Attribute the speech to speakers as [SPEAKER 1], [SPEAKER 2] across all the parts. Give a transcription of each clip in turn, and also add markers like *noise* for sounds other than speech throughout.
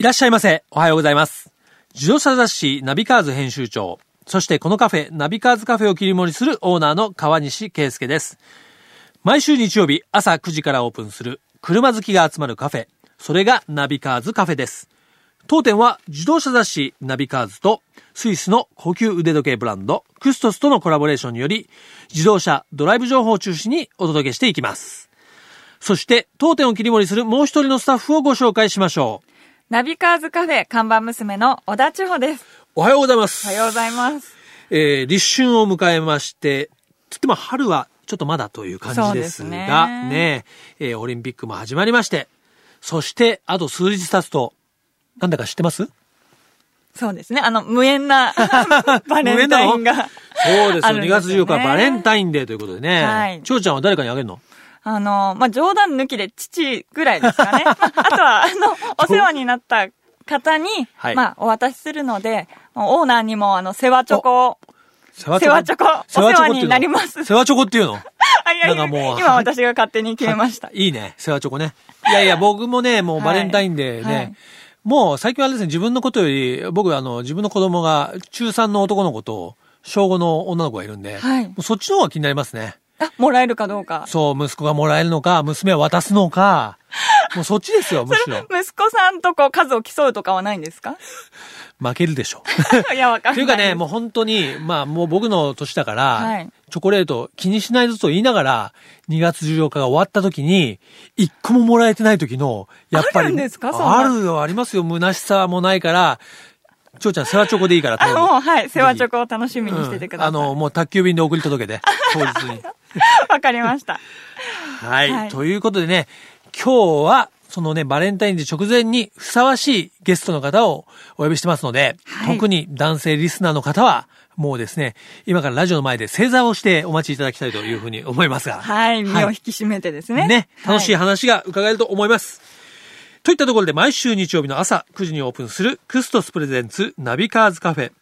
[SPEAKER 1] らっしゃいませ。おはようございます。自動車雑誌ナビカーズ編集長、そしてこのカフェ、ナビカーズカフェを切り盛りするオーナーの川西圭介です。毎週日曜日朝9時からオープンする車好きが集まるカフェ、それがナビカーズカフェです。当店は自動車雑誌ナビカーズとスイスの高級腕時計ブランドクストスとのコラボレーションにより自動車、ドライブ情報を中心にお届けしていきます。そして当店を切り盛りするもう一人のスタッフをご紹介しましょう。
[SPEAKER 2] ナビカーズカフェ看板娘の小田千穂です。
[SPEAKER 1] おはようございます。
[SPEAKER 2] おはようございます。
[SPEAKER 1] えー、立春を迎えまして、つっても春はちょっとまだという感じですが、ねね、えー、オリンピックも始まりまして、そしてあと数日経つと、なんだか知って
[SPEAKER 2] *laughs*
[SPEAKER 1] ます
[SPEAKER 2] そうですね。あの、無縁な *laughs* バレンタインが
[SPEAKER 1] そうですよ。2月14日バレンタインデーということでね。はい。ちょうちゃんは誰かにあげるの
[SPEAKER 2] あの、まあ、冗談抜きで父ぐらいです *laughs* かね。まあ、あとは、あの、お世話になった方に、はい、まあ、お渡しするので、オーナーにも、あの、世話チョコを、世話チョコ、お世話になります。
[SPEAKER 1] 世話チョコっていうの
[SPEAKER 2] あ、いやいや、今私が勝手に決めました。
[SPEAKER 1] いいね、世話チョコね。いやいや、僕もね、もうバレンタインデーね、はいはいもう最近はですね、自分のことより、僕、あの、自分の子供が中3の男の子と、小5の女の子がいるんで、はい、もうそっちの方が気になりますね。
[SPEAKER 2] *laughs* あ、もらえるかどうか。
[SPEAKER 1] そう、息子がもらえるのか、娘を渡すのか、も *laughs* うそっちですよ、むしろ。
[SPEAKER 2] 息子さんとこう、数を競うとかはないんです *laughs* か
[SPEAKER 1] 負けるでしょ。
[SPEAKER 2] いや、わか
[SPEAKER 1] *laughs*
[SPEAKER 2] ん
[SPEAKER 1] ない。というかね、もう本当に、まあもう僕の年だから、はい、チョコレート気にしないぞと言いながら、2月14日が終わった時に、一個ももらえてない時の、やっぱり。
[SPEAKER 2] あるんですか
[SPEAKER 1] あるよ、ありますよ。虚しさもないから、ちょうちゃん、世話チョコでいいから、
[SPEAKER 2] あ、もう、はい、世話チョコを楽しみにしててくださ
[SPEAKER 1] う
[SPEAKER 2] い。
[SPEAKER 1] ん、あの、もう宅急便で送り届けて、当日に。
[SPEAKER 2] *laughs* わかりました
[SPEAKER 1] はい。はい、ということでね、今日は、そのね、バレンタインで直前にふさわしいゲストの方をお呼びしてますので、はい、特に男性リスナーの方は、もうですね、今からラジオの前で正座をしてお待ちいただきたいというふうに思いますが。
[SPEAKER 2] はい、身を引き締めてですね。はい、
[SPEAKER 1] ね、楽しい話が伺えると思います。はい、といったところで毎週日曜日の朝9時にオープンするクストスプレゼンツナビカーズカフェ。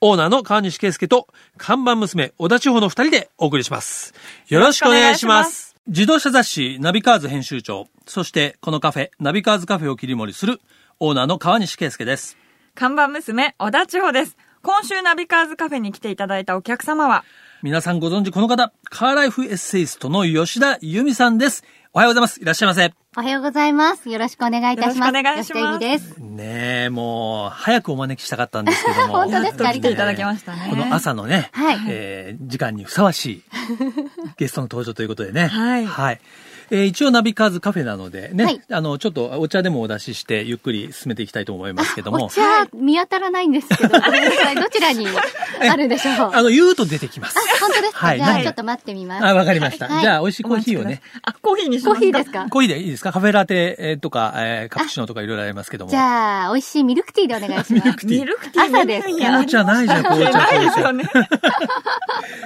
[SPEAKER 1] オーナーの川西圭介と看板娘小田地方の二人でお送りします。よろしくお願いします。自動車雑誌ナビカーズ編集長、そしてこのカフェ、ナビカーズカフェを切り盛りするオーナーの川西圭介です。
[SPEAKER 2] 看板娘小田地方です。今週ナビカーズカフェに来ていただいたお客様は、
[SPEAKER 1] 皆さんご存知この方、カーライフエッセイストの吉田由美さんです。おはようございます。いらっしゃいませ。
[SPEAKER 3] おはようございます。よろしくお願いいたしま
[SPEAKER 2] よろし
[SPEAKER 3] す。
[SPEAKER 2] くお願いします。
[SPEAKER 3] です。
[SPEAKER 1] ねえ、もう、早くお招きしたかったんですけ
[SPEAKER 2] *laughs*
[SPEAKER 1] ども。
[SPEAKER 3] 本当ですか、
[SPEAKER 2] 来ていただきましたね。
[SPEAKER 1] この朝のね、
[SPEAKER 3] はい、
[SPEAKER 1] えー、時間にふさわ
[SPEAKER 2] *laughs*
[SPEAKER 1] しいゲストの登場ということでね。
[SPEAKER 2] はい。
[SPEAKER 1] はい。えー、一応ナビカーズカフェなのでね、はい、あの、ちょっとお茶でもお出しして、ゆっくり進めていきたいと思いますけども。
[SPEAKER 3] お茶、見当たらないんですけど、どちらにあるでしょう。
[SPEAKER 1] あの、言うと出てきます。
[SPEAKER 3] あ、本当ですか、はい、じゃあ、ちょっと待ってみます。
[SPEAKER 1] あ、わかりました。じゃあ、美味しいコーヒーをね。
[SPEAKER 2] あ、コーヒーにし
[SPEAKER 3] ますコーヒーですか
[SPEAKER 1] コーヒーでいいですかカフェラテとか、えー、カプチーノとかいろいろありますけども。
[SPEAKER 3] じゃあ、美味しいミルクティーでお願いします。ミ
[SPEAKER 2] ルクティー。ミルクティー。
[SPEAKER 3] 朝です。
[SPEAKER 1] 紅茶ないじゃん、紅茶。
[SPEAKER 2] ないですよね。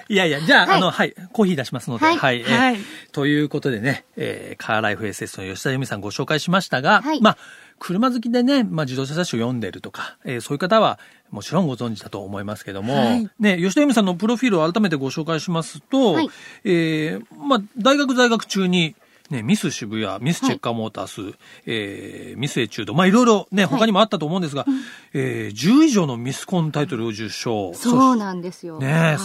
[SPEAKER 1] いやいや、じゃあ、あの、はい、コーヒー出しますので。はい。はい。ということでね、えー、カーライフ SS の吉田由美さんご紹介しましたが、はい、まあ、車好きでね、まあ、自動車雑誌を読んでるとか、えー、そういう方はもちろんご存知だと思いますけども、はい、ね、吉田由美さんのプロフィールを改めてご紹介しますと、はい、えー、まあ、大学在学中に、ね、ミス渋谷、ミスチェッカーモータース、はい、えー、ミスエチュード、まあいろいろね、他にもあったと思うんですが、はい、えー、10以上のミスコンタイトルを受賞。
[SPEAKER 3] そうなんですよ。
[SPEAKER 1] ね、はい、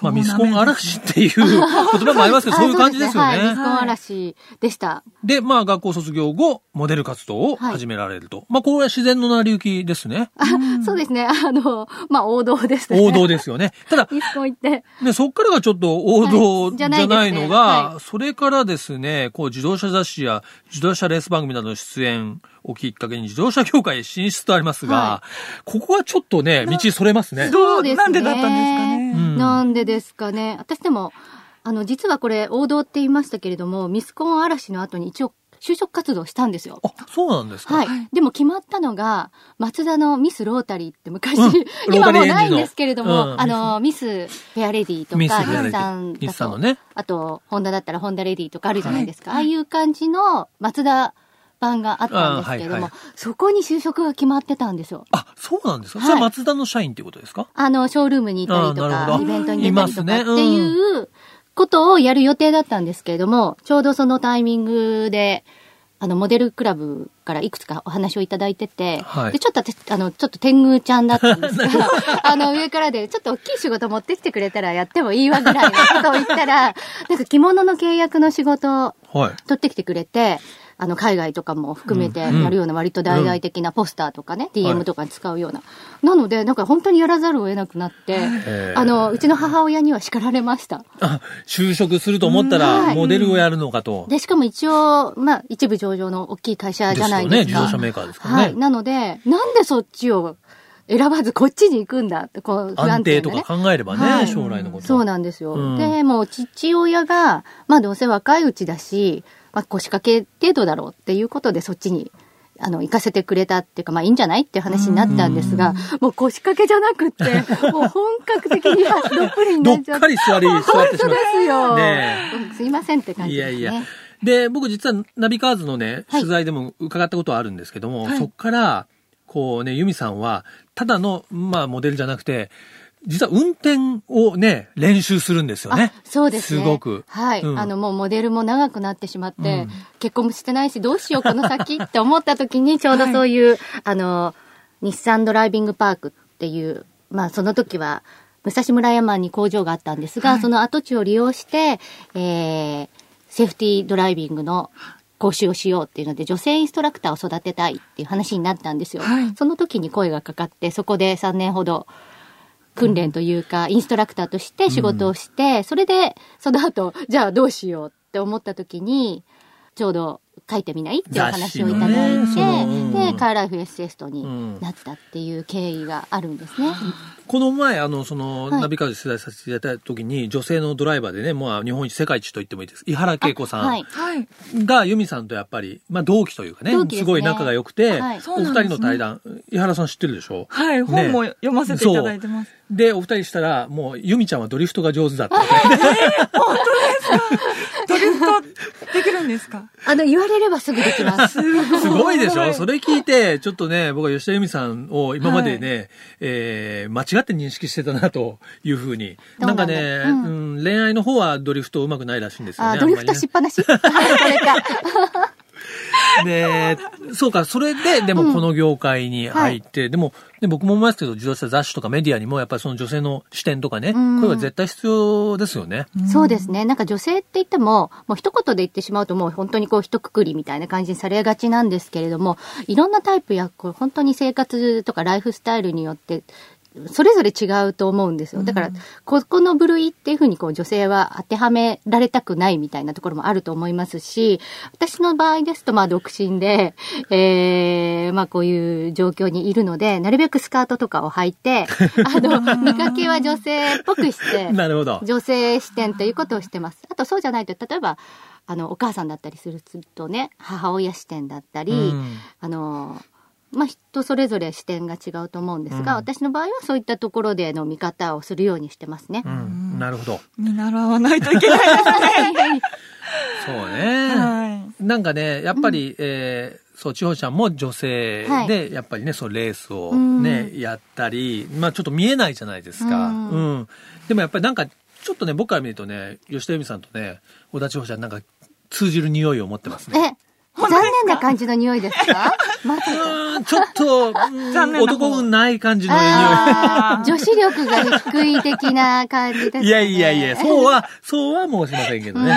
[SPEAKER 1] まあミスコン嵐っていう言葉もあり *laughs* ますけど、そういう感じですよね。
[SPEAKER 3] ミスコン嵐でした。
[SPEAKER 1] で、まあ学校卒業後、モデル活動を始められると。はい、まあこれは自然の成り行きですね。
[SPEAKER 3] *laughs* そうですね。あの、まあ王道ですね。 *laughs*
[SPEAKER 1] 王道ですよ *laughs* ね。ただ、
[SPEAKER 3] ミスコン行って。
[SPEAKER 1] ね、そっからがちょっと王道じゃないのが、ね、それからですね、自動車雑誌や自動車レース番組などの出演をきっかけに自動車業界へ進出とありますが、はい、ここはちょっとね、道それますね。
[SPEAKER 2] そうですね。なんでだったんですかね。
[SPEAKER 3] うん、なんでですかね。私でも、あの、実はこれ王道って言いましたけれども、ミスコン嵐の後に一応就職活動したんですよ。
[SPEAKER 1] あ、そうなんですか
[SPEAKER 3] はい。でも決まったのが、松田のミスロータリーって昔、 *laughs* うん、今もうないんですけれども、うん、あの、ミスフェアレディとか、日産
[SPEAKER 1] 日産のね。
[SPEAKER 3] あと、ホンダだったらホンダレディとかあるじゃないですか。はい、ああいう感じの松田版があったんですけれども、はいはい、そこに就職が決まってたんですよ。
[SPEAKER 1] あ、そうなんですか、はい、それは松田の社員ってことですか
[SPEAKER 3] あの、ショールームにいたりとか、イベントに出たりとかっていう、ことをやる予定だったんですけれども、ちょうどそのタイミングで、あの、モデルクラブからいくつかお話をいただいてて、はい、で、ちょっと私、あの、ちょっと天狗ちゃんだったんですが、あの、上からで、ちょっと大きい仕事持ってきてくれたらやってもいいわぐらいのことを言ったら、なんか着物の契約の仕事、取ってきてくれて、はいあの、海外とかも含めてやるような割と大々的なポスターとかね、DM とかに使うような。なので、なんか本当にやらざるを得なくなって、あの、うちの母親には叱られました。
[SPEAKER 1] 就職すると思ったら、モデルをやるのかと。
[SPEAKER 3] で、しかも一応、まあ、一部上場の大きい会社じゃないです。
[SPEAKER 1] か。自動車メーカーですからね。はい
[SPEAKER 3] なので、なんでそっちを、選ばずこっちに行くんだってこう
[SPEAKER 1] 不安定、ね、とか考えればね、はい、将来のこと
[SPEAKER 3] そうなんですよ、うん、でも父親がまあどうせ若いうちだし、まあ、腰掛け程度だろうっていうことでそっちにあの行かせてくれたっていうかまあいいんじゃないっていう話になったんですが、うん、もう腰掛けじゃなく *laughs* てもう本格的にはどっぷりになっちゃっ
[SPEAKER 1] ど
[SPEAKER 3] て
[SPEAKER 1] っ
[SPEAKER 3] *laughs*
[SPEAKER 1] 座り座ってしまう
[SPEAKER 3] ですよ、ね、すいませんって感じですねいやいや
[SPEAKER 1] で僕実はナビカーズのね取材でも伺ったことはあるんですけども、はい、そこからこうね、ユミさんは、ただの、まあ、モデルじゃなくて、実は運転をね、練習するんですよね。
[SPEAKER 3] そうです
[SPEAKER 1] ね。すごく。
[SPEAKER 3] はい。うん、あの、もうモデルも長くなってしまって、うん、結婚もしてないし、どうしよう、この先って思った時に、ちょうどそういう、はい、あの、日産ドライビングパークっていう、まあ、その時は、武蔵村山に工場があったんですが、はい、その跡地を利用して、えー、セーフティードライビングの講習をしようっていうので女性インストラクターを育てたいっていう話になったんですよ、はい、その時に声がかかってそこで3年ほど訓練というか、うん、インストラクターとして仕事をして、うん、それでその後じゃあどうしようって思った時にちょうど書いてみないっていう話をいただいて、ねうん、でカーライフエッセストになったっていう経緯があるんですね。
[SPEAKER 1] この前あのその、はい、ナビカーで取材させていただいた時に女性のドライバーでね、まあ、日本一世界一と言ってもいいです井原恵子さん、はい、が由美さんとやっぱり、まあ、同期というかね、ね、すごい仲が良くて、はい、お二人の対談、ね、井原さん知ってるでしょ
[SPEAKER 2] はい、ね、本も読ませていただいてます。
[SPEAKER 1] でお二人したらもう由美ちゃんはドリフトが上手だって、
[SPEAKER 2] 本当ですかドリフトできるんですか
[SPEAKER 3] あの言われればすぐでき *laughs* ま
[SPEAKER 1] *laughs* *laughs*
[SPEAKER 3] す
[SPEAKER 1] すごいでしょそれ聞いてちょっとね僕は吉田由美さんを今までね、はい、えー、間違って認識してたなというふうになんかね、うん、うん、恋愛の方はドリフトうまくないらしいんですよね
[SPEAKER 3] ドリフトしっぱなし *laughs*
[SPEAKER 1] で、そうか、それで、でもこの業界に入って、うんはい、でも、で僕も思いますけど、自動車雑誌とかメディアにも、やっぱりその女性の視点とかね、これは絶対必要ですよね。
[SPEAKER 3] うん、そうですね。なんか女性って言っても、もう一言で言ってしまうと、もう本当にこう一括りみたいな感じにされがちなんですけれども、いろんなタイプや、こう本当に生活とかライフスタイルによって、それぞれ違うと思うんですよ。だから、ここの部類っていうふうにこう女性は当てはめられたくないみたいなところもあると思いますし、私の場合ですと、まあ独身で、えー、まあこういう状況にいるので、なるべくスカートとかを履いて、あの、 *laughs* 見かけは女性っぽくして、
[SPEAKER 1] なるほど。
[SPEAKER 3] 女性視点ということをしてます。あとそうじゃないと、例えば、あの、お母さんだったりするとね、母親視点だったり、うん、あの、まあ、人それぞれ視点が違うと思うんですが、うん、私の場合はそういったところでの見方をするようにしてますね。
[SPEAKER 1] うん、なるほど。
[SPEAKER 2] 見習わないといけない
[SPEAKER 1] *laughs*
[SPEAKER 2] ですね。
[SPEAKER 3] *laughs*
[SPEAKER 1] そうね、はい。なんかね、やっぱり、うん、えー、そう、千穂ちゃんも女性で、やっぱりね、はい、そう、レースをね、うん、やったり、まあちょっと見えないじゃないですか。うん。でもやっぱりなんか、ちょっとね、僕から見るとね、吉田由美さんとね、小田千穂ちゃんなんか通じる匂いを持ってますね。
[SPEAKER 3] 残念な感じの匂いです
[SPEAKER 1] *laughs*
[SPEAKER 3] かま
[SPEAKER 1] ず。ちょっと、男運ない感じの匂い。
[SPEAKER 3] 女子力が低い的な感じですね。
[SPEAKER 1] いやいやいや、そうは、そうは申しませんけどね。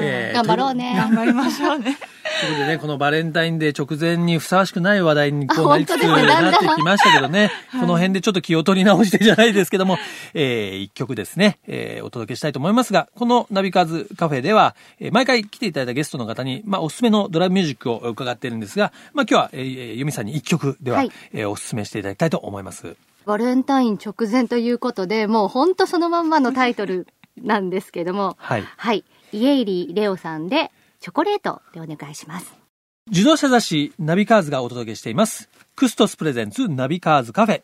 [SPEAKER 3] えー、頑張ろうね。
[SPEAKER 2] 頑張りましょうね。
[SPEAKER 1] ということでね、このバレンタインデー直前にふさわしくない話題にこうなりつつなってきましたけどね、はい、この辺でちょっと気を取り直してじゃないですけども、えー、一曲ですね、えー、お届けしたいと思いますが、このナビカーズカフェでは、えー、毎回来ていただいたゲストの方に、まあ、おすすめのドラムミュージックを伺ってるんですが、まあ、今日は、えー、ユミさんに一曲では、はい、えー、おすすめしていただきたいと思います。
[SPEAKER 3] バレンタイン直前ということで、もう本当そのまんまのタイトルなんですけ
[SPEAKER 1] *laughs*
[SPEAKER 3] ども、はい。はい。イエイリレオさんで、チョコレートでお願いします。
[SPEAKER 1] 自動車雑誌ナビカーズがお届けしています。クストスプレゼンツナビカーズカフェ。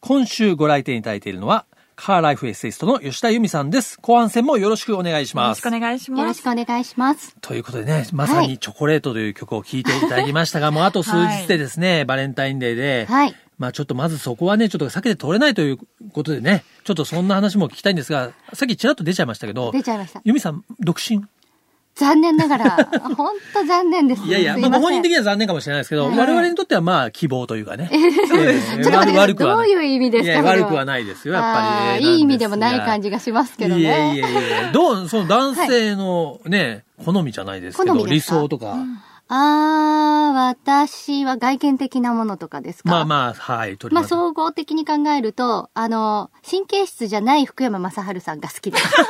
[SPEAKER 1] 今週ご来店いただいているのは、カーライフエッセイストの吉田由美さんです。後半戦もよろしくお願いします。
[SPEAKER 2] よろしくお願いします。
[SPEAKER 3] よろしくお願いします。
[SPEAKER 1] ということでね、まさにチョコレートという曲を聴いていただきましたが、 *laughs* はい、もうあと数日でですね、バレンタインデーで、はい、まあちょっとまずそこはね、ちょっと避けて取れないということでね、ちょっとそんな話も聞きたいんですが、さっきちらっと出ちゃいましたけど、
[SPEAKER 3] 出ちゃいました。
[SPEAKER 1] 由美さん、独身
[SPEAKER 3] 残念な
[SPEAKER 1] *laughs*
[SPEAKER 3] がら、本当残念です。
[SPEAKER 1] いやいや、
[SPEAKER 3] す
[SPEAKER 1] まあ、
[SPEAKER 3] ま
[SPEAKER 1] ご本
[SPEAKER 3] せ
[SPEAKER 1] 人
[SPEAKER 3] ん
[SPEAKER 1] 的には残念かもしれないですけど、
[SPEAKER 3] はい
[SPEAKER 1] 我々にとってはまあ希望というか
[SPEAKER 3] *laughs*
[SPEAKER 1] ね。ええ
[SPEAKER 3] ちょっと待ってください
[SPEAKER 1] 悪くはない
[SPEAKER 3] どういう意味ですか
[SPEAKER 1] いや
[SPEAKER 3] これは
[SPEAKER 1] 悪くはないですよ、やっぱ
[SPEAKER 3] あー
[SPEAKER 1] り。
[SPEAKER 3] いい意味でもない感
[SPEAKER 1] じ
[SPEAKER 3] じがしますけどね。
[SPEAKER 1] いやいやいやどう、その男性のね、好みじゃないですけ
[SPEAKER 3] 好
[SPEAKER 1] ど、
[SPEAKER 3] み
[SPEAKER 1] 理
[SPEAKER 3] ですか
[SPEAKER 1] 想とか。
[SPEAKER 3] ああ、私は外見的なものとかですか
[SPEAKER 1] まあまあ、はい、取り
[SPEAKER 3] ま
[SPEAKER 1] ます。
[SPEAKER 3] あ、総合的に考えると、あの、神経質じゃない福山雅治さんが好きです。
[SPEAKER 2] か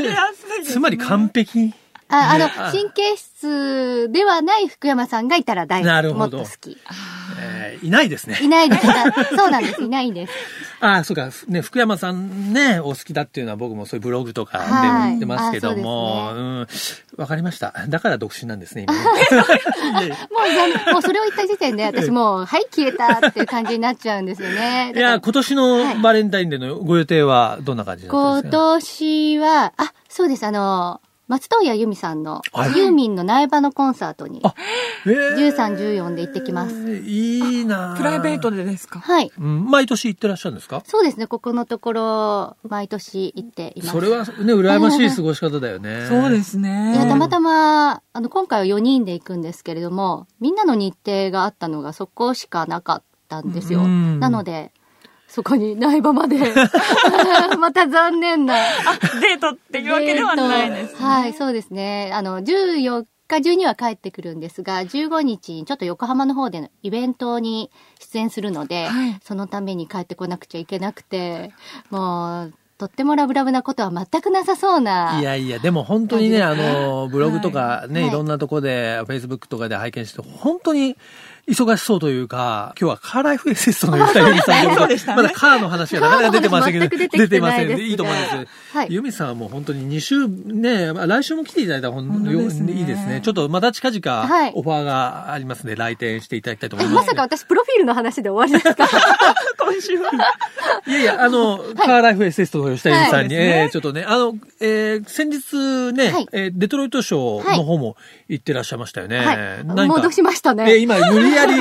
[SPEAKER 2] りやすいですね
[SPEAKER 1] つまり完璧。
[SPEAKER 3] ああの、
[SPEAKER 1] ねあ
[SPEAKER 3] 神経質ではない福山さんがいたら大
[SPEAKER 1] なる
[SPEAKER 3] も
[SPEAKER 1] ほ
[SPEAKER 3] っ
[SPEAKER 1] ど
[SPEAKER 3] と好
[SPEAKER 1] え
[SPEAKER 3] き。
[SPEAKER 1] ーいないですね。
[SPEAKER 3] いないです。いないそうなんです。いないです。
[SPEAKER 1] ああ、そうか、ね、福山さんね、お好きだっていうのは僕もそういうブログとかで
[SPEAKER 3] はい
[SPEAKER 1] 言ってますけども、
[SPEAKER 3] あ
[SPEAKER 1] うん、わかりました。だから独身なんです
[SPEAKER 3] *laughs*
[SPEAKER 1] ね、今ねいやいや
[SPEAKER 3] もう残念、もうそれを言った時点で私もう、はい、消えたっていう感じになっちゃうんですよね。
[SPEAKER 1] いや、
[SPEAKER 3] だか
[SPEAKER 1] 今年のバレンタインデーのご予定はどんな感じだ
[SPEAKER 3] ら
[SPEAKER 1] ったん
[SPEAKER 3] 今
[SPEAKER 1] ですか
[SPEAKER 3] 年は、あ、そうです、あの、松任谷由実さんの、
[SPEAKER 1] はい
[SPEAKER 3] ユーミンの苗場のコンサートに、13、
[SPEAKER 1] え
[SPEAKER 3] 14で行ってきま
[SPEAKER 1] え
[SPEAKER 3] す。
[SPEAKER 1] ーいいなあ
[SPEAKER 2] プライベートでですか
[SPEAKER 3] はい。
[SPEAKER 1] うん、毎年行ってらっしゃるんですか
[SPEAKER 3] そうですね、ここのところ、毎年行っています。
[SPEAKER 1] それはね、羨ましい過ごし方だよね。。
[SPEAKER 2] そうですす
[SPEAKER 3] いや、
[SPEAKER 2] ね。
[SPEAKER 3] たまたま、あの、今回は4人で行くんですけれども、みんなの日程があったのがそこしかなかったんですよ。
[SPEAKER 1] うん
[SPEAKER 3] なので、そこに苗場
[SPEAKER 2] *laughs*
[SPEAKER 3] まで、 *laughs* また残念な。
[SPEAKER 2] デートっていうわけではないです、ね。
[SPEAKER 3] はい、そうですね。あの、14日中には帰ってくるんですが、15日にちょっと横浜の方でのイベントに出演するので、
[SPEAKER 2] はい
[SPEAKER 3] そのために帰ってこなくちゃいけなくて、もう、とってもラブラブなことは全くなさそうな。
[SPEAKER 1] いやいや、でも本当にね、あ
[SPEAKER 3] 感じです
[SPEAKER 1] の、ブログとかね、
[SPEAKER 3] はい
[SPEAKER 1] い、ろんなとこで、Facebook とかで拝見して、本当に忙しそうというか、今日はカーライフエセストの吉田由美さんと
[SPEAKER 3] *laughs*
[SPEAKER 2] そうでしたね
[SPEAKER 1] まだカーの話がなかなか出てませんけど、
[SPEAKER 3] カーの話全く出てきてないですが
[SPEAKER 1] 出いいと思うんです。
[SPEAKER 3] はい
[SPEAKER 1] 由美さんはもう本当に2週、ね、来週も来ていただいたら本当
[SPEAKER 2] 本当
[SPEAKER 1] に
[SPEAKER 2] ですね
[SPEAKER 1] いいですね。ちょっとまた近
[SPEAKER 3] は
[SPEAKER 1] 々
[SPEAKER 3] い
[SPEAKER 1] オファーがありますので、来店していただきたいと思
[SPEAKER 3] え
[SPEAKER 1] います。
[SPEAKER 3] まさか私、プロフィールの話で終わりですか
[SPEAKER 1] *laughs*
[SPEAKER 2] 今週は。
[SPEAKER 1] いやいや、あの、カーライフエッセストの吉田由美さんに、
[SPEAKER 2] はい
[SPEAKER 1] えーちょっとね、あの、えー先日ね、
[SPEAKER 3] はい
[SPEAKER 1] えーデトロイト賞の方も行ってらっしゃいましたよね。
[SPEAKER 3] はい。
[SPEAKER 1] 何か
[SPEAKER 3] 戻しました
[SPEAKER 1] えー
[SPEAKER 3] ね。
[SPEAKER 1] 今、無理や
[SPEAKER 3] *laughs*
[SPEAKER 1] り、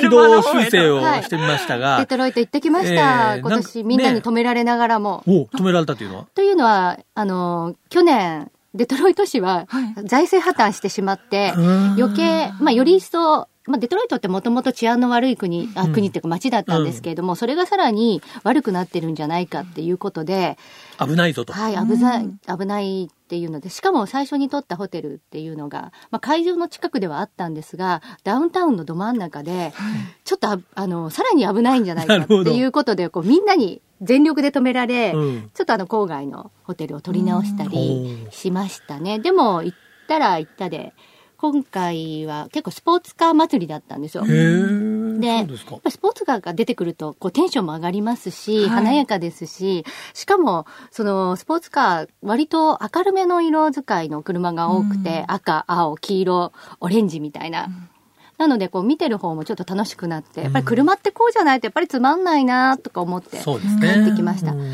[SPEAKER 1] 軌道修正をしてみましたが、
[SPEAKER 3] デトロイト行ってきました。
[SPEAKER 1] えー
[SPEAKER 3] 今
[SPEAKER 1] なんか
[SPEAKER 3] 年みんなに止められながらも。
[SPEAKER 1] お、止められたというのは
[SPEAKER 3] というのは、あの、去年、デトロイト市は
[SPEAKER 2] はい
[SPEAKER 3] 財政破綻してしまって、
[SPEAKER 1] うん
[SPEAKER 3] 余計、まあ、より一層、まあ、デトロイトってもともと治安の悪い国、あ国っていうか街だったんですけれども、それがさらに悪くなってるんじゃないかっていうことで、
[SPEAKER 1] 危ないぞと。
[SPEAKER 3] はい、危ない、危ないっていうので、しかも最初に取ったホテルっていうのが、まあ、会場の近くではあったんですが、ダウンタウンのど真ん中で、ちょっとあ、あの、さらに危ないんじゃないか
[SPEAKER 1] なる
[SPEAKER 3] っ
[SPEAKER 1] ほど
[SPEAKER 3] ていうことで、こう、みんなに全力で止められ、
[SPEAKER 1] うん
[SPEAKER 3] ちょっとあの、郊外のホテルを取り直した
[SPEAKER 1] うん
[SPEAKER 3] りしましたね。でも、行ったら行ったで、今回は結構スポーツカー祭りだったんですよ。
[SPEAKER 1] へー
[SPEAKER 3] で
[SPEAKER 1] そうですか
[SPEAKER 3] やっ。ぱりスポーツカーが出てくると、こう、テンションも上がりますし、
[SPEAKER 2] はい
[SPEAKER 3] 華やかですし、しかも、その、スポーツカー、割と明るめの色使いの車が多くて、赤、青、黄色、オレンジみたいな。なので、こう、見てる方もちょっと楽しくなって、やっぱり車ってこうじゃないと、やっぱりつまんないなとか思って、
[SPEAKER 1] そうですね。
[SPEAKER 3] 帰ってきました
[SPEAKER 1] うん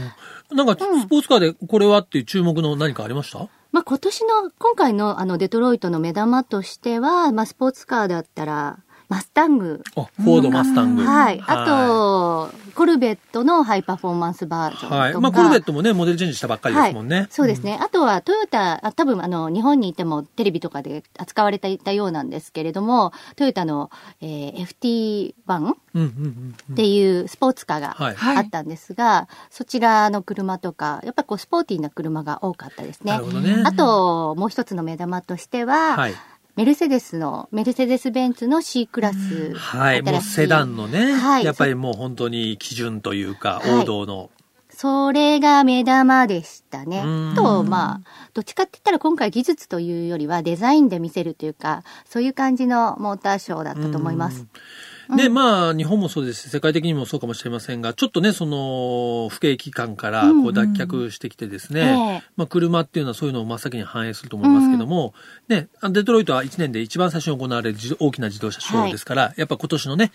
[SPEAKER 1] なんか、
[SPEAKER 3] うん
[SPEAKER 1] スポーツカーでこれはっていう注目の何かありました
[SPEAKER 3] まあ、今年の、今回のあの、デトロイトの目玉としては、まあ、スポーツカーだったら、マスタング。
[SPEAKER 1] あ、フォード、マスタング。
[SPEAKER 3] はい。あと、コルベットのハイパフォーマンスバージョンとか。
[SPEAKER 1] はい。まあ、コルベットもね、モデルチェンジしたばっかりで
[SPEAKER 3] は
[SPEAKER 1] す
[SPEAKER 3] い
[SPEAKER 1] もんね。
[SPEAKER 3] そうですね。あとはトヨタ、あ多分あの、日本にいてもテレビとかで扱われていたようなんですけれども、トヨタの、えー FT1
[SPEAKER 1] うん。うんうんうん。
[SPEAKER 3] っていうスポーツカーが
[SPEAKER 1] はい
[SPEAKER 2] はい
[SPEAKER 3] あったんですが、そちらの車とか、やっぱりこうスポーティーな車が多かったです
[SPEAKER 1] な
[SPEAKER 3] ね
[SPEAKER 1] る。ほどね。
[SPEAKER 3] あと、もう一つの目玉としては、
[SPEAKER 1] はい。
[SPEAKER 3] メルセデスの、メルセデス・ベンツの C クラス。
[SPEAKER 1] はい、もう
[SPEAKER 3] 新しい
[SPEAKER 1] セダンのね、
[SPEAKER 3] はい
[SPEAKER 1] やっぱりもう本当に基準というか、
[SPEAKER 3] はい
[SPEAKER 1] 王道の。
[SPEAKER 3] それが目玉でしたね
[SPEAKER 1] うん。
[SPEAKER 3] と、まあ、どっちかって言ったら今回技術というよりはデザインで見せるというか、そういう感じのモーターショーだったと思います。
[SPEAKER 1] で、まあ、日本もそうですし、世界的にもそうかもしれませんが、ちょっとね、その、不景気感から
[SPEAKER 3] うん
[SPEAKER 1] こ
[SPEAKER 3] う
[SPEAKER 1] うん脱却してきてですね、
[SPEAKER 3] ええ
[SPEAKER 1] まあ、車っていうのはそういうのを真っ先に反映すると思いますけども、ね、あデトロイトは1年で一番最初に行われる自大きな自動車ショーですから、やっぱ今年のね、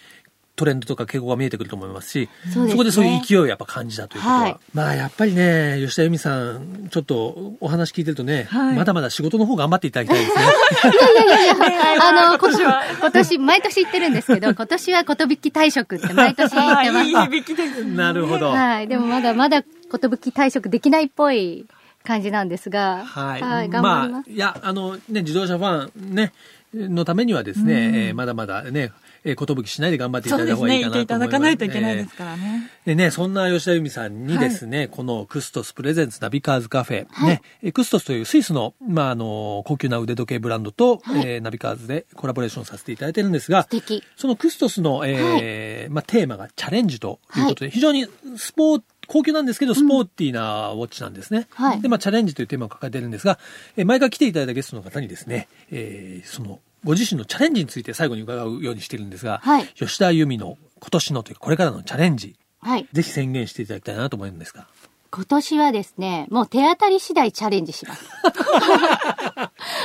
[SPEAKER 1] トレンドとか傾向が見えてくると思いますし、
[SPEAKER 3] そうですね
[SPEAKER 1] こでそういう勢いをやっぱ感じたということは、
[SPEAKER 3] はい
[SPEAKER 1] まあやっぱりね、吉田由美さん、ちょっとお話聞いてるとね、
[SPEAKER 2] はい
[SPEAKER 1] まだまだ仕事の方頑張っていただきたいですね。
[SPEAKER 2] *laughs*
[SPEAKER 3] いやいやいや、 *laughs* あ
[SPEAKER 2] 今
[SPEAKER 3] の、今
[SPEAKER 2] 年
[SPEAKER 3] 年
[SPEAKER 2] は
[SPEAKER 3] 今年、毎年言ってるんですけど、今年はことびき退職って毎年言っ
[SPEAKER 2] あ
[SPEAKER 3] て
[SPEAKER 1] *laughs*
[SPEAKER 2] ー
[SPEAKER 3] ま
[SPEAKER 2] い
[SPEAKER 3] す
[SPEAKER 2] い。響きですね。
[SPEAKER 1] なるほど。
[SPEAKER 3] はい。でもまだまだことぶき退職できないっぽい感じなんですが、
[SPEAKER 1] はい。
[SPEAKER 3] 頑張り
[SPEAKER 1] ま
[SPEAKER 3] ま
[SPEAKER 1] あ、
[SPEAKER 3] す。
[SPEAKER 1] いや、あの、ね、自動車ファン、ね、のためにはですね、えーまだまだね、えー、寿しないで頑張っていただ
[SPEAKER 2] そう
[SPEAKER 1] い
[SPEAKER 2] で
[SPEAKER 1] た
[SPEAKER 2] す
[SPEAKER 1] 方がい
[SPEAKER 2] ね。
[SPEAKER 1] いか
[SPEAKER 2] い
[SPEAKER 1] なと思
[SPEAKER 2] て
[SPEAKER 1] います。
[SPEAKER 2] いただかないといけないですからね。
[SPEAKER 1] でね、そんな吉田由美さんにですね、このクストスプレゼンツナビカーズカフェ、ね、えクストスというスイスの、まあ、あの、高級な腕時計ブランドと、えーナビカーズでコラボレーションさせていただいてるんですが
[SPEAKER 3] 素、敵。
[SPEAKER 1] そのクストスの、えーまあ、テーマがチャレンジということで、非常にスポー高級なんですけど、スポーティーなウォッチなんですね。
[SPEAKER 3] はい
[SPEAKER 1] で、まあ、チャレンジというテーマを掲げてるんですが、えー毎回来ていただいたゲストの方にですね、えーその、ご自身のチャレンジについて最後に伺うようにしてるんですが、
[SPEAKER 3] はい
[SPEAKER 1] 吉田由美の今年のというか、これからのチャレンジ、
[SPEAKER 3] はい。
[SPEAKER 1] ぜひ宣言していただきたいなと思うんですが。
[SPEAKER 3] 今年はですね、もう手当たり次第チャレンジします。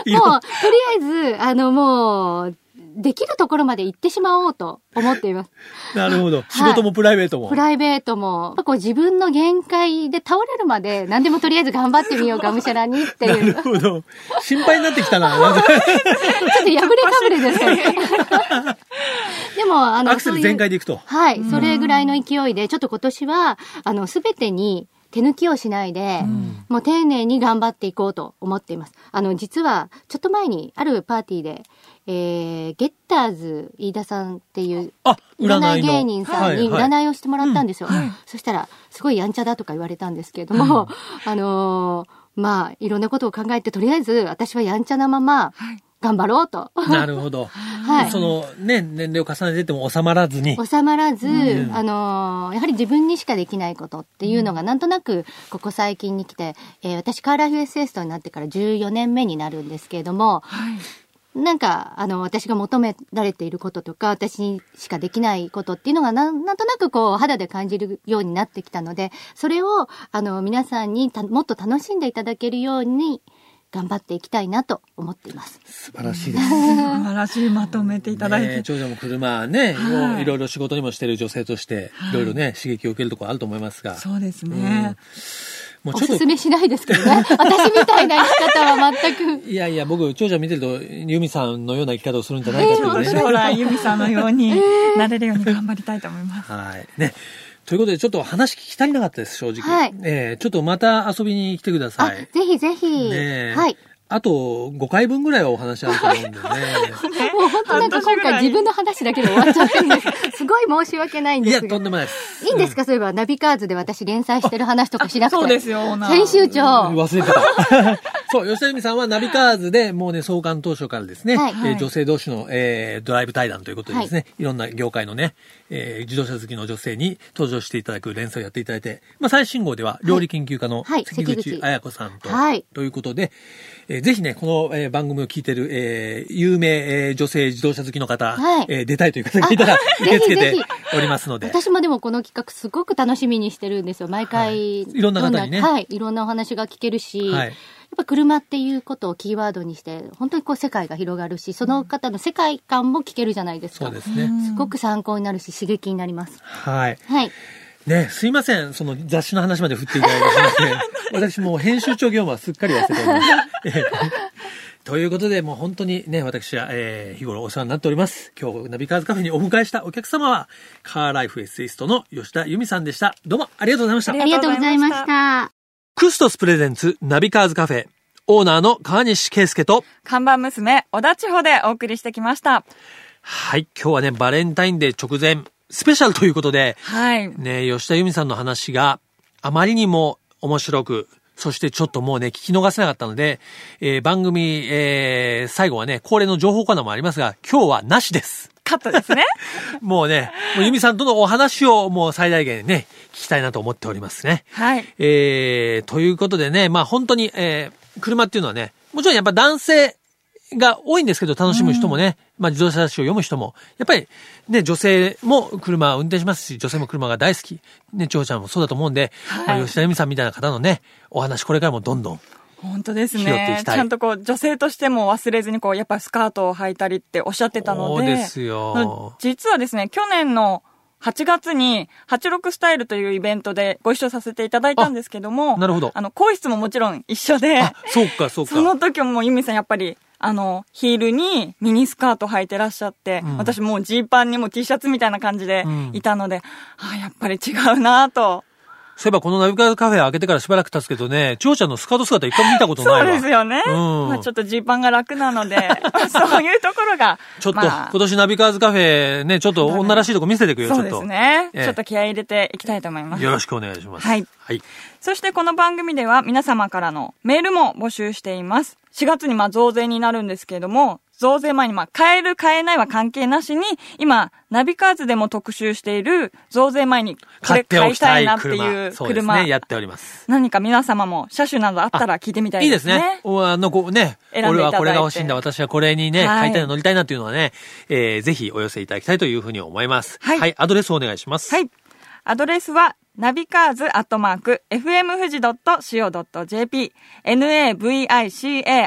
[SPEAKER 1] い
[SPEAKER 3] も
[SPEAKER 1] ろ
[SPEAKER 3] う、とりあえず、あの、もう、できるところまで行ってしまおうと思っています。
[SPEAKER 1] なるほど。仕事もプライベートも。
[SPEAKER 3] プライベートも、やっぱこう自分の限界で倒れるまで、何でもとりあえず頑張ってみよう、がむしゃらにって
[SPEAKER 1] な
[SPEAKER 3] いう。
[SPEAKER 1] る
[SPEAKER 3] ちょっ
[SPEAKER 1] ほど。心配になってきたな。なんか
[SPEAKER 3] と破れかぶれです
[SPEAKER 1] *laughs*
[SPEAKER 3] ね。でも、あの、
[SPEAKER 1] アクセル全開でいくと。
[SPEAKER 3] はい、それぐらいの勢いで、ちょっと今年は、あの、すべてに手抜きをしないで、もう丁寧に頑張っていこうと思っています。あの、実は、ちょっと前に、あるパーティーで、えー、ゲッターズ飯田さんっていう、
[SPEAKER 1] あ、占
[SPEAKER 3] *laughs* 占
[SPEAKER 1] い
[SPEAKER 3] い
[SPEAKER 1] の。
[SPEAKER 3] 芸人さん
[SPEAKER 1] は
[SPEAKER 3] に
[SPEAKER 1] いはい
[SPEAKER 3] 占いをしてもらったんですよ。そしたら、すごいやんちゃだとか言われたんですけれども、あのーまあ、いろんなことを考えて、とりあえず、私はやんちゃなまま、頑張ろうと。
[SPEAKER 1] なるほど。
[SPEAKER 3] はい
[SPEAKER 1] そのね、年齢を重ねてても収まらずに。
[SPEAKER 3] 収まらず、あのーやはり自分にしかできないことっていうのが、なんとなくここ最近に来て、えー私カーラフィエスエストになってから14年目になるんですけれども、なんかあの私が求められていることとか私にしかできないことっていうのがなんなんとなくこう肌で感じるようになってきたのでそれをあの皆さんにたもっと楽しんでいただけるように頑張っていきたいなと思っています。
[SPEAKER 1] 素晴らしいです。
[SPEAKER 2] 素晴らしいまとめていただい
[SPEAKER 1] ね
[SPEAKER 2] て。
[SPEAKER 1] 長女も車ね、
[SPEAKER 2] はい
[SPEAKER 1] もういろいろ仕事にもしてる女性として、いろいろね、刺激を受けるところあると思いますが。
[SPEAKER 2] そうですね。
[SPEAKER 1] もう
[SPEAKER 3] お
[SPEAKER 1] ちょ
[SPEAKER 3] す
[SPEAKER 1] っ
[SPEAKER 3] す
[SPEAKER 1] と、
[SPEAKER 3] めしないですけどね。私みたいな生き方は全く。
[SPEAKER 1] いやいや、僕、長女見てると、由美さんのような生き方をするんじゃないかと
[SPEAKER 2] ち
[SPEAKER 1] い
[SPEAKER 2] ょっと
[SPEAKER 1] う
[SPEAKER 2] 将
[SPEAKER 1] ね。
[SPEAKER 2] 来、由美さんのようになれるように頑張りたいと思います。
[SPEAKER 1] はい。ね。ということで、ちょっと話聞き足りなかったです、正直。
[SPEAKER 3] はい
[SPEAKER 1] えーちょっとまた遊びに来てくだ
[SPEAKER 3] あ、
[SPEAKER 1] さい。
[SPEAKER 3] ぜひぜひ。
[SPEAKER 1] ねえ
[SPEAKER 3] はい。
[SPEAKER 1] あと、5回分ぐらいはお話あると思う
[SPEAKER 3] *laughs*
[SPEAKER 1] んでね。
[SPEAKER 3] もう本当なんか今回自分の話だけで終わっちゃってるん *laughs* です。すごい申し訳ないん
[SPEAKER 1] い
[SPEAKER 3] で
[SPEAKER 1] や、
[SPEAKER 3] す
[SPEAKER 1] とん
[SPEAKER 3] が。
[SPEAKER 1] でもないです。
[SPEAKER 3] いいんですかそういえば、ナビカーズで私連載してる話とかしなくて。
[SPEAKER 2] そうですよ、オーナー
[SPEAKER 3] 編集長。
[SPEAKER 1] 忘れてた。 *laughs* そう、吉田由美さんはナビカーズで、もうね、創刊当初からですね、
[SPEAKER 3] はい
[SPEAKER 1] えー女性同士の、えードライブ対談ということでですね、、
[SPEAKER 3] はい
[SPEAKER 1] ろんな業界のね、えー自動車好きの女性に登場していただく連載をやっていただいて、まあ、最新号では料理研究家の
[SPEAKER 3] はい
[SPEAKER 1] 関
[SPEAKER 3] 関
[SPEAKER 1] 口
[SPEAKER 3] 口
[SPEAKER 1] 彩子さんと、
[SPEAKER 3] はい
[SPEAKER 1] ということで、えーぜひね、この、えー番組を聞いてる、えー有名、えー女性自動車好きの方、
[SPEAKER 3] はい
[SPEAKER 1] えー出たいという方がいたら、
[SPEAKER 3] あ
[SPEAKER 1] 受け付け
[SPEAKER 3] ぜひ
[SPEAKER 1] て
[SPEAKER 3] ぜ
[SPEAKER 1] おりますので。
[SPEAKER 3] 私もでもこの企画すごく楽しみにしてるんですよ。毎
[SPEAKER 1] は
[SPEAKER 3] 回。
[SPEAKER 1] いいろんな方にね
[SPEAKER 3] どはい。いろんなお話が聞けるし。
[SPEAKER 1] はい
[SPEAKER 3] やっぱ車っていうことをキーワードにして、本当にこう世界が広がるし、その方の世界観も聞けるじゃないですか。
[SPEAKER 1] そうですね。
[SPEAKER 3] すごく参考になるし、刺激になります。
[SPEAKER 1] はい。
[SPEAKER 3] はい。
[SPEAKER 1] ね、すいません。その雑誌の話まで振っていただいてしまって、私もう編集長業務はすっかり忘れております。ええということで、もう本当にね、私は、えー日頃お世話になっております。今日、ナビカーズカフェにお迎えしたお客様は、カーライフエッセイストの吉田由美さんでした。どうもありがとうございました。
[SPEAKER 3] ありがとうございました。
[SPEAKER 1] クストスプレゼンツナビカーズカフェ、オーナーの川西圭介と、
[SPEAKER 2] 看板娘、小田千穂でお送りしてきました。
[SPEAKER 1] はい、今日はね、バレンタインデー直前、スペシャルということで、
[SPEAKER 2] はい。
[SPEAKER 1] ねえ、吉田由美さんの話があまりにも面白く、そしてちょっともうね、聞き逃せなかったので、えー番組、えー最後はね、恒例の情報コーナーもありますが、今日はなしです。
[SPEAKER 2] カットです
[SPEAKER 3] *laughs*
[SPEAKER 2] ね。
[SPEAKER 1] もうね、もう由美さんとのお話をもう最大限ね、聞きたいなと思っておりますね。
[SPEAKER 2] はい。
[SPEAKER 1] えーということでね、まあ本当に、えー車っていうのはね、もちろんやっぱ男性が多いんですけど、楽しむ人もね、まあ自動車誌を読む人も、やっぱりね、女性も車を運転しますし、女性も車が大好き。ね、長ちゃんもそうだと思うんで、
[SPEAKER 2] はい
[SPEAKER 1] まあ吉田由美さんみたいな方のね、お話これからもどんどん。
[SPEAKER 2] 本当です
[SPEAKER 1] 拾ってい
[SPEAKER 2] ね
[SPEAKER 1] き。
[SPEAKER 2] ち
[SPEAKER 1] たい
[SPEAKER 2] ゃんとこう、女性としても忘れずに、こう、やっぱスカートを履いたりっておっしゃってたので。
[SPEAKER 1] そうですよ
[SPEAKER 2] 実はですね、去年の8月に、86スタイルというイベントでご一緒させていただいたんですけども、
[SPEAKER 1] あなるほど
[SPEAKER 2] あの、更衣室ももちろん一緒で、
[SPEAKER 1] あ、そうか、そう
[SPEAKER 2] そ
[SPEAKER 1] か
[SPEAKER 2] の。時ももうユミさんやっぱり、あの、ヒールにミニスカート履いてらっしゃって、
[SPEAKER 1] うん
[SPEAKER 2] 私もうジーパンにも T シャツみたいな感じで
[SPEAKER 1] うん
[SPEAKER 2] いたので、ああ、やっぱり違うなぁと
[SPEAKER 1] そういえばこのナビカーズカフェ開けてからしばらく経つけどね、ちょうちゃんのスカート姿一回も見たことないわ。
[SPEAKER 2] そうですよね。
[SPEAKER 1] うん
[SPEAKER 2] まあちょっとジーパンが楽
[SPEAKER 1] *laughs*
[SPEAKER 2] なので、まあそういうところが。
[SPEAKER 1] ちょっと、
[SPEAKER 2] まあ
[SPEAKER 1] 今年ナビカーズカフェね、ちょっと女らしいとこ見せてくよ、ちょっ
[SPEAKER 2] そ
[SPEAKER 1] と。
[SPEAKER 2] うですね。
[SPEAKER 1] ええ
[SPEAKER 2] ちょっと気合い入れていきたいと思います。
[SPEAKER 1] よろしくお願いします。
[SPEAKER 2] はい
[SPEAKER 1] はい。
[SPEAKER 2] そしてこの番組では皆様からのメールも募集しています。4月にまあ増税になるんですけれども、増税前にまあ買える買えないは関係なしに、今、ナビカーズでも特集している増税前にこ
[SPEAKER 1] 買
[SPEAKER 2] れ
[SPEAKER 1] ってお
[SPEAKER 2] 買い
[SPEAKER 1] き
[SPEAKER 2] た
[SPEAKER 1] た
[SPEAKER 2] い
[SPEAKER 1] い
[SPEAKER 2] なっていう
[SPEAKER 1] 車。そうです
[SPEAKER 2] 車
[SPEAKER 1] ね。、やっております。
[SPEAKER 2] 何か皆様も車種などあったら聞いてみた
[SPEAKER 1] い
[SPEAKER 2] い
[SPEAKER 1] いで
[SPEAKER 2] ですすね。
[SPEAKER 1] ね。おあの、こうね、
[SPEAKER 2] 選んでいただいて
[SPEAKER 1] 俺はこれが欲しいんだ、私はこれにね、
[SPEAKER 2] はい
[SPEAKER 1] 買いたいの乗りたいなっていうのはね、えーぜひお寄せいただきたいというふうに思います。
[SPEAKER 2] はい
[SPEAKER 1] はい、アドレスをお願いします。
[SPEAKER 2] はい。アドレスは、ナビカーズアットマーク、fmfuji.co.jp、navicars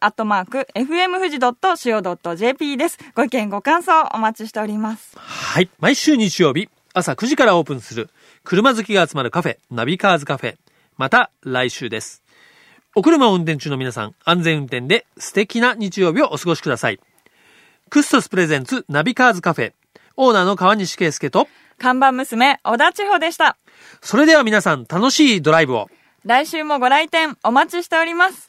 [SPEAKER 2] アットマーク、fmfuji.co.jp です。ご意見、ご感想、お待ちしております。
[SPEAKER 1] はい。毎週日曜日、朝9時からオープンする、車好きが集まるカフェ、ナビカーズカフェ。また来週です。お車を運転中の皆さん、安全運転で素敵な日曜日をお過ごしください。クストスプレゼンツナビカーズカフェ、オーナーの川西圭介と、
[SPEAKER 2] 看板娘、小田千穂でした。
[SPEAKER 1] それでは皆さん楽しいドライブを。
[SPEAKER 2] 来週もご来店、お待ちしております。